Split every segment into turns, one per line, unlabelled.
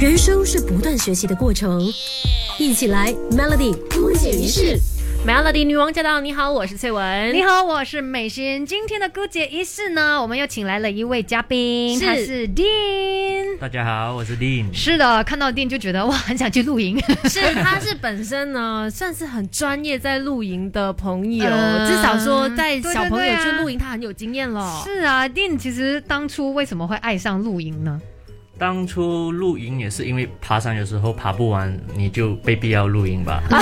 人生是不断学习的过程，一起来 Melody 不解于事。
Melody 女王驾到！你好，我是翠文。
你好，我是美心。今天的姑姐仪式呢，我们又请来了一位嘉宾，
是
他是 Dean。
大家好，我是 Dean。
是的，看到 Dean 就觉得哇，很想去露 营。
是，他是本身 呢算是很专业在露营的朋友，
嗯
至少说带
对对
小朋友
对啊
去露营，他很有经验了。
是啊，Dean 其实当初为什么会爱上露营呢？
当初露营也是因为爬山，有时候爬不完，你就被逼要露营吧。
哦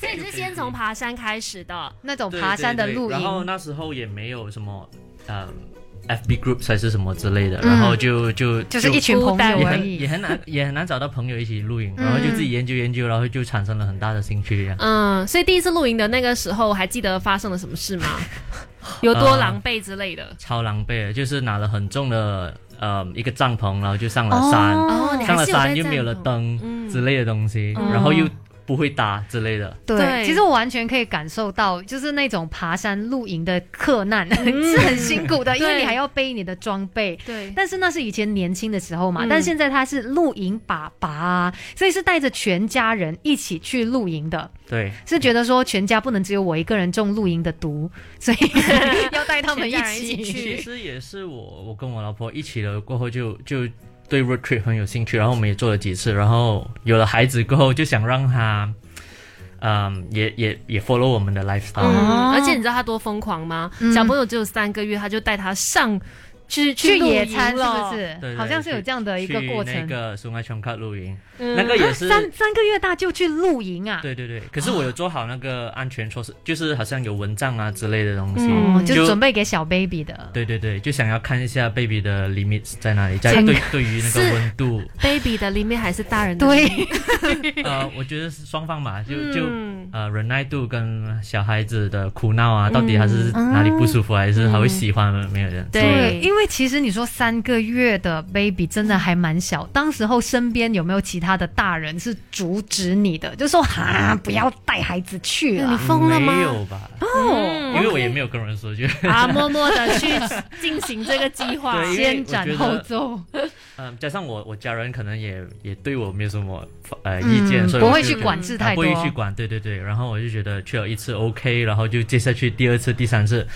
所以你是先从爬山开始的。
那种
对
爬山的露
对对然后
营，
那时候也没有什么，嗯、f b group 还是什么之类的，然后就就
嗯就是一群朋友
也
而
很也
已。嗯
很难也很难找到朋友一起露营，然后就自己研究研究，然后就产生了很大的兴趣。这样
嗯，所以第一次露营的那个时候，还记得发生了什么 事吗？有
呃
多狼狈之类的？
超狼狈的，就是拿了很重的呃一个帐篷，然后就上了山，
哦你还
上了
是有在
山又没有了
帐篷
嗯
灯之类的东西，然后又不会搭之类的。
对
对，其实我完全可以感受到，就是那种爬山露营的克难、是很辛苦的，因为
对
你还要背你的装备，
对
但是那是以前年轻的时候嘛，
嗯
但现在他是露营爸爸啊，所以是带着全家人一起去露营的，
对，
是觉得说全家不能只有我一个人中露营的毒， 所以要带他们一
全家人
起
一起去
其实也是我，我跟我老婆一起了过后就就对 road trip 很有兴趣，然后我们也做了几次，然后有了孩子过后就想让他，嗯，也也也 follow 我们的 lifestyle，、
嗯，
哦
而且你知道他多疯狂吗？
嗯
小朋友只有三个月，他就带他上去
去
露营
野餐，是
了
不？是？
对对
好像是有这样的一个过
去那
程。啊
个苏麦琼卡露营，
嗯
那个也是。
三三个月大就去露营啊？
对对对，可是我有做好那个安全措施，就是好像有蚊帐啊之类的东西。
嗯
哦，就是
就
准备给小 baby 的。
对对对，就想要看一下 baby 的 limits 在哪里，在
真的
对对于那个
是
温度，
baby 的里面还是大人 的
对
里面，
呃，我觉得是双方吧，就就
嗯
呃忍耐度跟小孩子的哭闹啊，到底他是哪里不舒服，还是他会喜欢没有人？
对
对，因为其实你说三个月的 baby 真的还蛮小，当时候身边有没有其他的大人是阻止你的，就说哈不要带孩子去啊
那你
了。
疯了吗？
嗯没有吧？
哦
因为我也没有跟人说，就
啊，默默的 去进行这个计划。
对因为
先斩后奏，
嗯，加上我我家人可能也也对我没有什么呃意见，
嗯
所以
不
我
会
就
去
觉得
管制
他
太
不
多。
会去管，对对对。然后我就觉得去了一次 OK，然后就接下去第二次、第三次。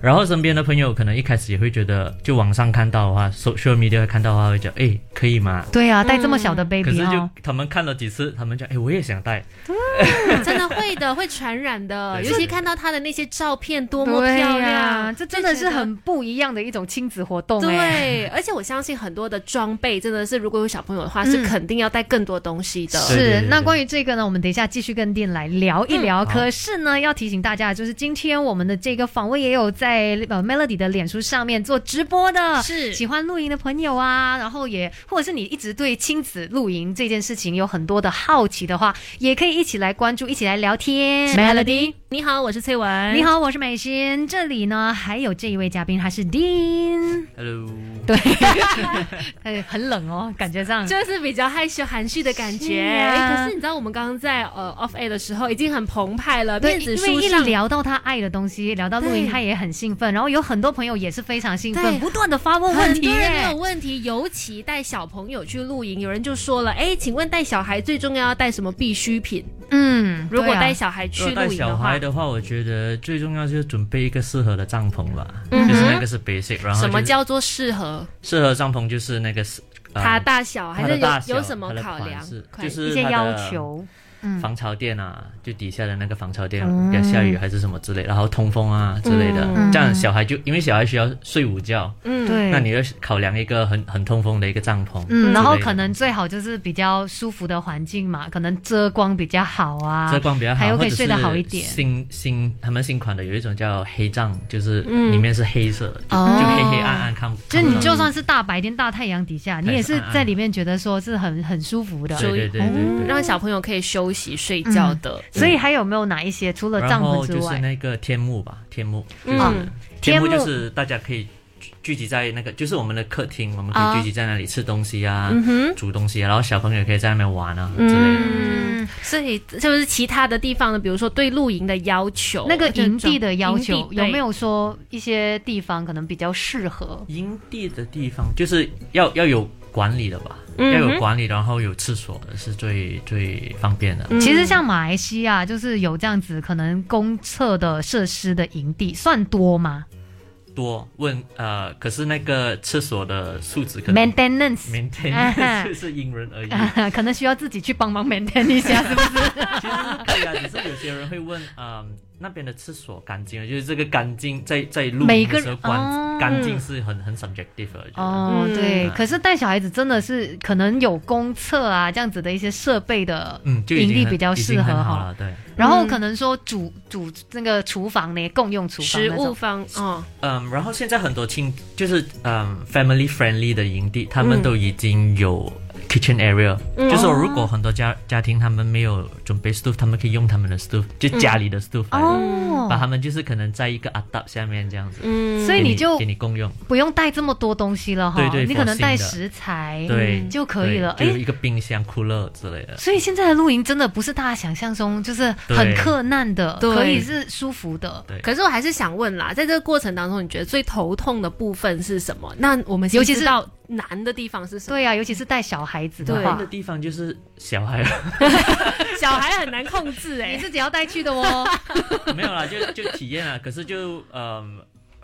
然后身边的朋友可能一开始也会觉得，就网上看到的话，social media 会看到的话，会觉得哎可以吗？
对啊，带这么小的
可
baby
是就
哦，
他们看了几次，他们就哎我也想带，
真的会的，会传染的，
对
尤其看到他的那些照片多么
对啊
漂
呀，
亮，
这真的是
就觉得
很不一样的一种亲子活动哎。
对。而且我相信很多的装备真的是，如果有小朋友的话，是
嗯
肯定要带更多东西的。
对对对
是，
对
那关于这个呢，我们等一下继续跟店来聊一聊。
嗯好
可是呢，要提醒大家，就是今天我们的这个访问也有在呃 Melody 的脸书上面做直播的，
是
喜欢露营的朋友啊，然后也或者是你一直对亲子露营这件事情有很多的好奇的话，也可以一起来关注，一起来聊天。
Melody，你好，我是翠文。
你好，我是美心，这里呢还有这一位嘉宾，他是 Dean，
Hello，
对，哎很冷哦，感觉上
就是比较害羞含蓄的感觉。哎
是啊
诶可是你知道，我们刚刚在呃 off air 的时候已经很澎湃了，
对，
面子
因为
书
一
上。
聊到他爱的东西，聊到露营，
对
他也很兴奋。然后有很多朋友也是非常兴奋，
对
不断的发问问
哦很
题
多人都
耶
有。问题，尤其带小朋友去露营，有人就说了：“哎，请问带小孩最重要要带什么必需品？
嗯，
如果
对啊
带小孩去
如果
露
带
营的
小
话
孩，的话，我觉得最重要就是准备一个适合的帐篷吧，
嗯哼
就是那个是 basic，然后
什么
就是
叫做适合？
适合帐篷就是那个是、呃、
它大
啊
小
它
还
的
是
大小
有有什么
它的
考
款
量
式？
快
就是
一些
它的
要求，嗯，
防潮垫啊，就底下的那个防潮垫
嗯，
要下雨还是什么之类，然后通风啊之类的，
嗯
这样小孩就因为小孩需要睡午觉，
嗯，
对，
那你要考量一个很很通风的一个帐篷，
嗯
嗯，然后
之类的
可能最好就是比较舒服的环境嘛，可能遮光比较好啊，
遮光比较好，
还有
或
可以
者是
睡得好一点
新新他们新款的有一种叫黑帐，就是里面是黑色的，就啊
哦
就黑黑暗暗看，
嗯就
看不
你
到
就算是大白天大太阳底下，你也是
还是暗暗
在里面觉得说是很很舒服的。
对对对对嗯对。
让小朋友可以休息睡觉的。
所以还有没有哪一些除了
然
帐
后
篷之
就是
外，
那个天幕吧，天幕，就
嗯
是、天幕
天幕
就是大家可以聚聚集在那个，就是我们的客厅，我们可
啊
以聚集在那里吃东西啊，
嗯哼，
煮东西啊，然后小朋友也可以在那边玩啊之类的。
嗯，所以就是其他的地方呢，比如说对露营的要求，
那个营地的要
营
求
地
有没？
对
有说一些地方可能比较适合？
营地的地方就是要要有管理的吧，
嗯
要
哼
有管理，然后有厕所的是最最方便
嗯
的。
其实像马来西亚就是有这样子可能公厕的设施的营地算多吗
多问呃，可是那个厕所的素质可能
？Maintenance 啊
maintain 是是因人而异，
可能需要自己去帮忙 maintain 一下，是不是？
其实是可以啊，只是有些人会问，嗯，那边的厕所干净吗，就是这个干净在在录
每
音
个人
的时候关、
哦
干净是很很 subjective 的，我觉得
哦，
嗯
对，
嗯
可是带小孩子真的是可能有公厕啊这样子的一些设备的
嗯，就已
营
经
地
很
比较
已
适
经
合
很
哈
好。了，对，
然后
嗯
可能说煮煮那个厨房呢，共用厨房
食
那
物
种。
方哦，
嗯，然后现在很多亲就是嗯 family friendly 的营地，他
嗯
们都已经有 kitchen area，、
嗯
就是说如果很多家家庭他们没有准备 stove，他们可以用他们的 stove，就家里的 stove 来、把
嗯哦，
他们就是可能在一个 a d a p 下面这样子，
嗯，
所以
给
你就
给你共用，
不用带这么多东西了哈，
对对
你可能带
佛心的
食材
对，
嗯
哎就可以
对
了。
就有
哎，
一个冰箱、酷乐之类的。
所以现在的露营真的不是大家想象中就是很
对
克难的，
对
可以是舒服的，
对
可是我还是想问啦，在这个过程当中，你觉得最头痛的部分是什么？那我们先
尤其是
知道难的地方是什么？
对啊，尤其是带小孩子的
对
难
话
的，地方就是小孩，
小孩很难控制哎、
你自己要带去的 哦。
没有啦，就就体验啊。可是就嗯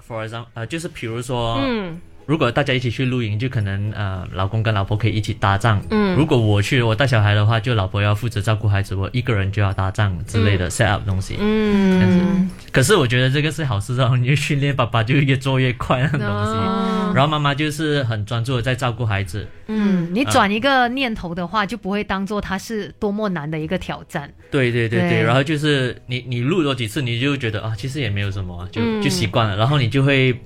，for example，呃，就是比如说，
嗯
如果大家一起去露营，就可能呃，老公跟老婆可以一起搭帐。
嗯
如果我去，我带小孩的话，就老婆要负责照顾孩子，我一个人就要搭帐之类的 set up 东
嗯
西。
嗯，
可是我觉得这个是好事哦，你就训练爸爸就越做越快那种东西。
哦
然后妈妈就是很专注的在照顾孩子，
嗯，你转一个念头的话，就不会当做它是多么难的一个挑战。
对对对对，
对
然后就是你你录多几次，你就觉得啊，其实也没有什么啊，就、
嗯
就习惯了，然后你就会，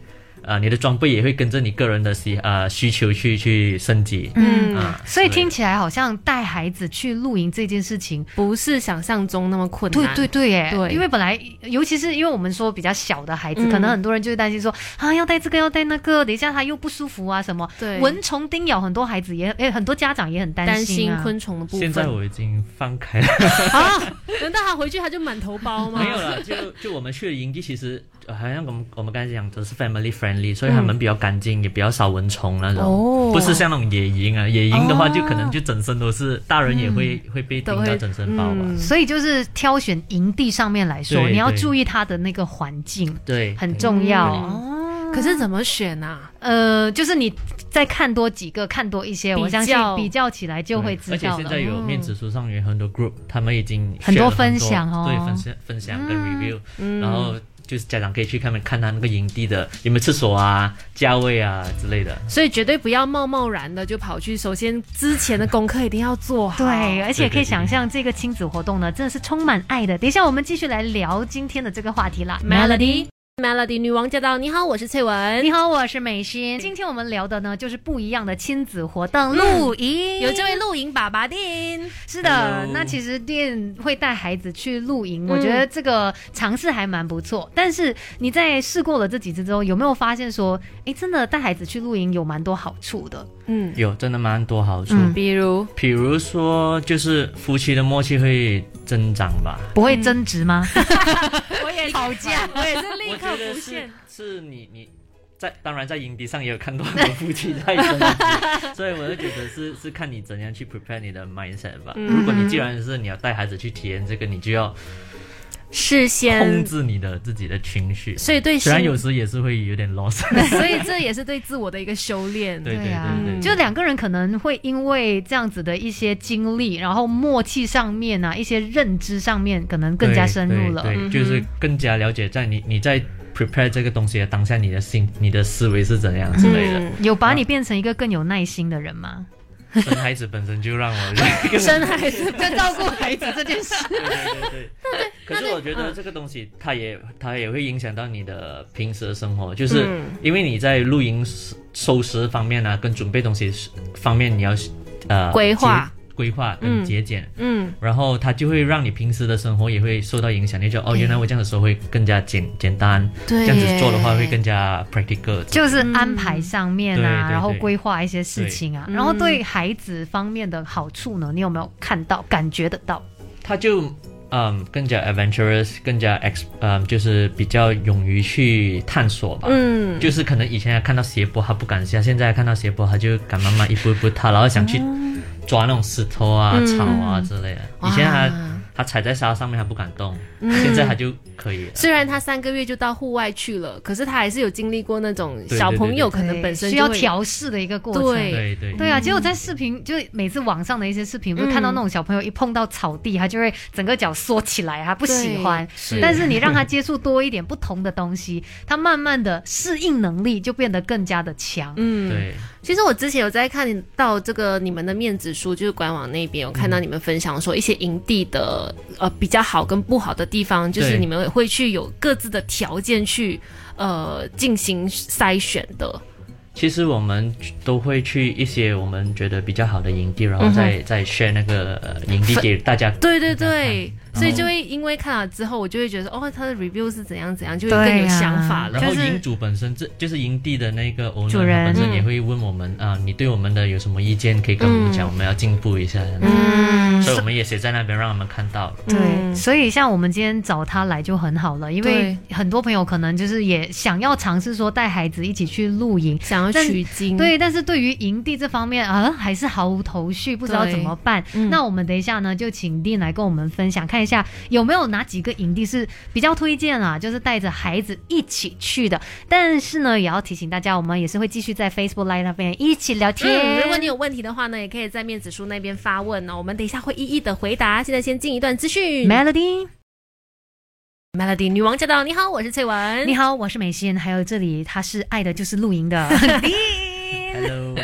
啊、你的装备也会跟着你个人的喜啊需求去去升级，
嗯
啊，
所以
之类
听
的
起来好像带孩子去露营这件事情，
不是想象中那么困
对
难。
对对，耶，
对
因为本来尤其是因为我们说比较小的孩子，
嗯
可能很多人就会担心说啊，要带这个要带那个，等一下他又不舒服啊什么。
对
蚊虫叮咬，很多孩子也，诶，很多家长也很担
担
心
心
啊。
昆虫的部分。
现在我已经放开了，
啊，难道他回去他就满头包吗？
没有了，就就我们去的营地其实呃好像我们我们刚才讲的是 family friendly，所以他们比较干净，也比较少蚊虫那
嗯
种。
哦
不是像那种野营啊，野营的话
哦
就可能就整身都是，大人也会、会被叮
嗯都会
到整身包吧。
嗯
所以就是挑选营地上面来说，
对
你要
对
注意它的那个环境
对，
很重要。
嗯可是怎么选啊？
呃，就是你再看多几个，看多一些，
比
我相信
较
比较起来就会知
而且
道
现
了嗯
在。有面子书上有很多 group，他们已经
很多
share 了
分享哦嗯
对，分享分享跟 review，、然
嗯
后就是家长可以去看看他那个营地的有没有厕所啊、价位啊之类的。
所以绝对不要贸贸然的就跑去。首先之前的功课一定要做好。
对，而且
对
可
对
以
对
想象这个亲子活动呢，真的是充满爱的。等一下，我们继续来聊今天的这个话题啦。
，Melody Melody 女王驾到！你好，我是翠文。
你好，我是美心。今天我们聊的呢，就是不一样的亲子活动露营。
嗯有这位露营爸爸丁，
是的
Hello
那其实店会带孩子去露营，
嗯
我觉得这个尝试还蛮不错。但是你在试过了这几次之后，有没有发现说，诶，真的带孩子去露营有蛮多好处的？
嗯，
有真的蛮多好处，
嗯
比如
比如说就是夫妻的默契会增长吧。
不会争执吗？
嗯 我也吵架，我也是立
我
刻
觉得
浮
是
现。
是你你在当然在营地上也有看到很多夫妻在 争执，所以我就觉得是是看你怎样去 prepare 你的 mindset 吧。
嗯
如果你既然是你要带孩子去体验这个，你就要
事
控
先，
制你的自己的情绪。
所以对
虽然
心
有时也是会有点 lost，
所以这也是对自我的一个修炼。
对对
对啊
对对，
就两个人可能会因为这样子的一些经历，然后默契上面啊，一些认知上面可能更加深入了。
嗯
对，
哼
对对就是更加了解在你你在 prepare 这个东西的当下，你的心、你的思维是怎样之类的。
嗯，
有把你变成一个更有耐心的人吗？
生孩子本身就让我
生孩子
就
嗯
照顾孩子这件事，
对对对对。可是我觉得这个东西，它也它也会影响到你的平时的生活，就是
嗯
因为你在露营收收拾方面啊，跟准备东西是方面，你要呃
规划
节规划
嗯
跟节俭。
嗯，
然后它就会让你平时的生活也会受到影响，你就觉得哦，原来我这样的时候会更加简简单，
对
这样子做的话会更加 practical。
就是安排上面
嗯对
啊，
对对
然后规划一些事情啊，
对
然后对孩子方面的好处呢，你有没有看到、感觉得到？
它就嗯更加 adventurous，更加 ex 嗯就是比较勇于去探索吧。
嗯，
就是可能以前看到斜坡他不敢下，现在看到斜坡他就敢慢慢一步一步踏，然后想去抓那种石头啊、草啊之类的。以前他
哇
他踩在沙上面他不敢动，现在他就可以了。
虽然他三个月就到户外去了，可是他还是有经历过那种
对
小
对
朋友
对
可能本身
需要
就会
调试的一个过程。
对
对对
对啊，结果在视频，就是每次网上的一些视频，不是看
嗯
到那种小朋友一碰到草地，他就会整个脚缩起来，他不喜欢。
是
但是你让他接触多一点不同的东西，他慢慢的适应能力就变得更加的强。
嗯，
对，
其实我之前有在看到这个你们的面子书，就是官网那边有看到你们分享说一些营地的呃比较好跟不好的地方，就是
对
你们会去有各自的条件去呃进行筛选的。
其实我们都会去一些我们觉得比较好的营地，然后
嗯
再、再 share 那个呃营地给大家。
对对对，
嗯
所以
然后
就会因为看了之后，我就会觉得哦，他的 review 是怎样怎样，就会
对
更有
呀
想法了。
然后
就是
营主本身，这就是营地的那个 owner，
主人
他本身也会问我们、啊，你对我们的有什么意见可以跟我们讲，我们要进步一下。
嗯
所以我们也写在那边，让他们看到。
对，所以像我们今天找他来就很好了，因为很多朋友可能就是也想要尝试说带孩子一起去露营，
想要
但
取经，嗯
对，但是对于营地这方面啊，还是毫无头绪，不知道
对
怎么办。
嗯
那我们等一下呢，就请丁来跟我们分享，看一下有没有哪几个营地是比较推荐啊，就是带着孩子一起去的。但是呢，也要提醒大家，我们也是会继续在 Facebook Live 那边一起聊天。
嗯，如果你有问题的话呢，也可以在面子书那边发问哦，我们等一下会一一的回答。现在先进一段资讯。
Melody，
Melody 女王驾到！你好，我是翠文。
你好，我是美心，还有这里他是爱的就是露 营的丁。
Hello，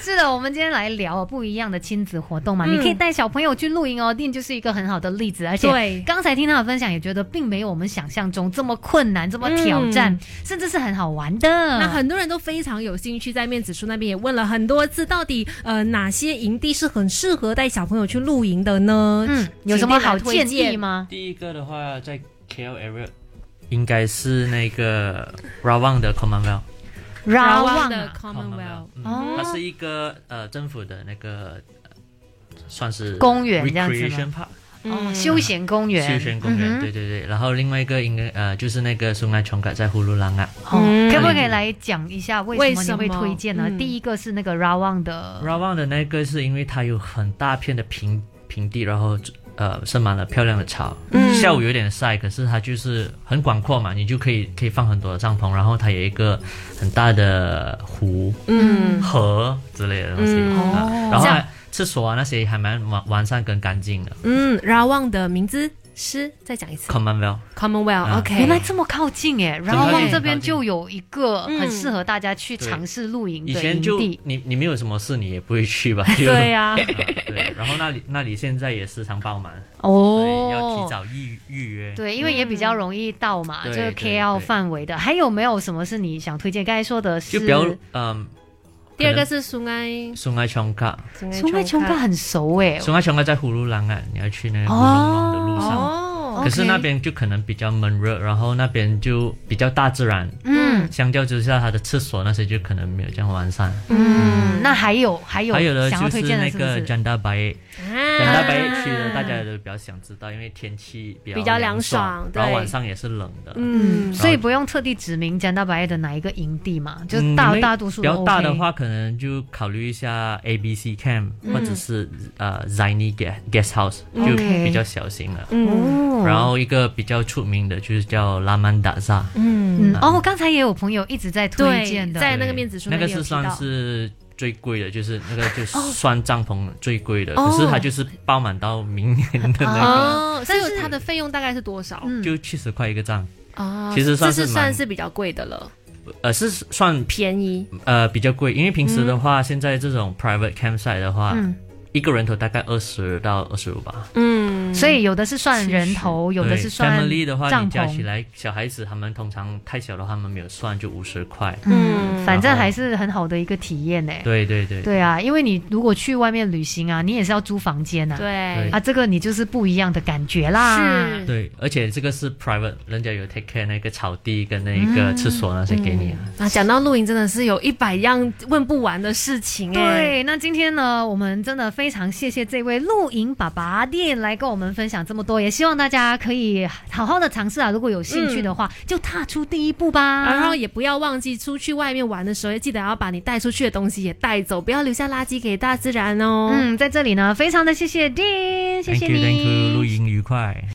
是的，我们今天来聊不一样的亲子活动嘛，
嗯
你可以带小朋友去露营哦，定就是一个很好的例子，而且
对
刚才听他的分享，也觉得并没有我们想象中这么困难、这么挑战，甚至是很好玩的。
嗯那
那
很多人都非常有兴趣，在面子书那边也问了很多次，到底呃哪些营地是很适合带小朋友去露营的呢？
嗯，有什么好建议吗？
第一个的话，在 KL area 应该是那个 Rawang 的 Commonwealth。
拉
望
旺
的
啊
Commonwealth，
嗯
哦
它是一个呃政府的那个呃算是
公园这样子吗
recreation park
嗯
哦，休闲公园，
休闲公园，
嗯哼
对对对。然后另外一个应该呃就是那个松爱琼港在呼噜浪啊
哦
嗯
可不可以来讲一下为什么你
为
会
什么
推荐呢？
嗯
第一个是那个拉旺的
r a w a n 的那个是因为它有很大片的平平地，然后呃生满了漂亮的草。
嗯
下午有点晒，可是它就是很广阔嘛，你就可以可以放很多的帐篷，然后它有一个很大的湖，
嗯
河之类的东西、
嗯
啊
哦，
然后
这
还厕所啊那些还蛮完完善跟干净的。
嗯，拉望的名字是再讲一次
Commonwealth，啊
Commonwealth，OK，、
哎原来这么靠近哎，然后
靠近
这边就有一个
嗯
很适合大家去
对
尝试露营
以
的
前
营
就
地。
你你没有什么事，你也不会 去吧？就
对、呀、
啊对。然后那里那里现在也时常爆满，所以要提
哦，
早预预约。
对，因为也比较容易到嘛，
嗯
这个
对对
KL
对
范围的。还有没有什么是你想推荐？刚才说的是
就比较嗯，
第二个是苏埃，
松爱琼卡，
冲麦冲
卡
卡很熟哎，
松爱琼卡在葫芦兰啊，你要去那个
哦
葫芦兰的路上。
哦，
可是
OK
那边就可能比较闷热，然后那边就比较大自然，
嗯
相较之下，它的厕所那些就可能没有这样完善。
嗯，那还有还有
还有的
想要
就
推
是
荐
那
的是不
个
是？
江大白，
啊
江大白去的大家都比较想知道，因为天气比较
比较
凉
凉爽对
然后晚上也是冷的。
嗯，
所以不用特地指明加拿大的哪一个营地嘛，就
嗯
是大
因为
大多数
比
都
较
哦
OK
大的话，可能就考虑一下 A B C Camp
嗯
或者是呃 Ziny Guest House，就
OK
比较小型了。
嗯
哦，
然后一个比较出名的就是叫拉曼达萨，
嗯，
嗯哦，刚才也有朋友一直在推荐的，
在那
对
个面子书
那
边
个
有
是
提到
算是最贵的，就是那个就算帐篷最贵的，
哦
可是它就是包满到明年的那个，
哦，所以它的费用大概是多少？
嗯
就七十块一个帐，
啊，
其实算是
这是算
蛮
是比较贵的了，
呃是算
便宜。
呃比较贵，因为平时的
嗯
话，现在这种 private campsite 的话，
嗯
一个人头大概二十到二十五吧。
嗯，
所以有的是算人头，有的
对
是算
family 的话，你
帐
加起
篷，
来，小孩子他们通常太小的话，他们没有算，就五十块。
嗯，反正
然后
还是很好的一个体验欸呢。
对对对，
对啊，因为你如果去外面旅行啊，你也是要租房间啊，
对
对
啊，这个你就是不一样的感觉啦。
是
对，而且这个是 private，人家有 take care 那个草地跟那
嗯
个厕所那些给你啊。
啊，讲到露营，真的是有一百样问不完的事情哎。
对，那今天呢，我们真的非非常谢谢这位露营爸爸店来跟我们分享这么多，也希望大家可以好好的尝试啊，如果有兴趣的话，就踏出第一步吧。
嗯啊然后也不要忘记出去外面玩的时候，记得要把你带出去的东西也带走，不要留下垃圾给大自然哦。
嗯，在这里呢，非常的谢谢 Dean，谢谢
Thank you，Thank
你。
you，露营愉快。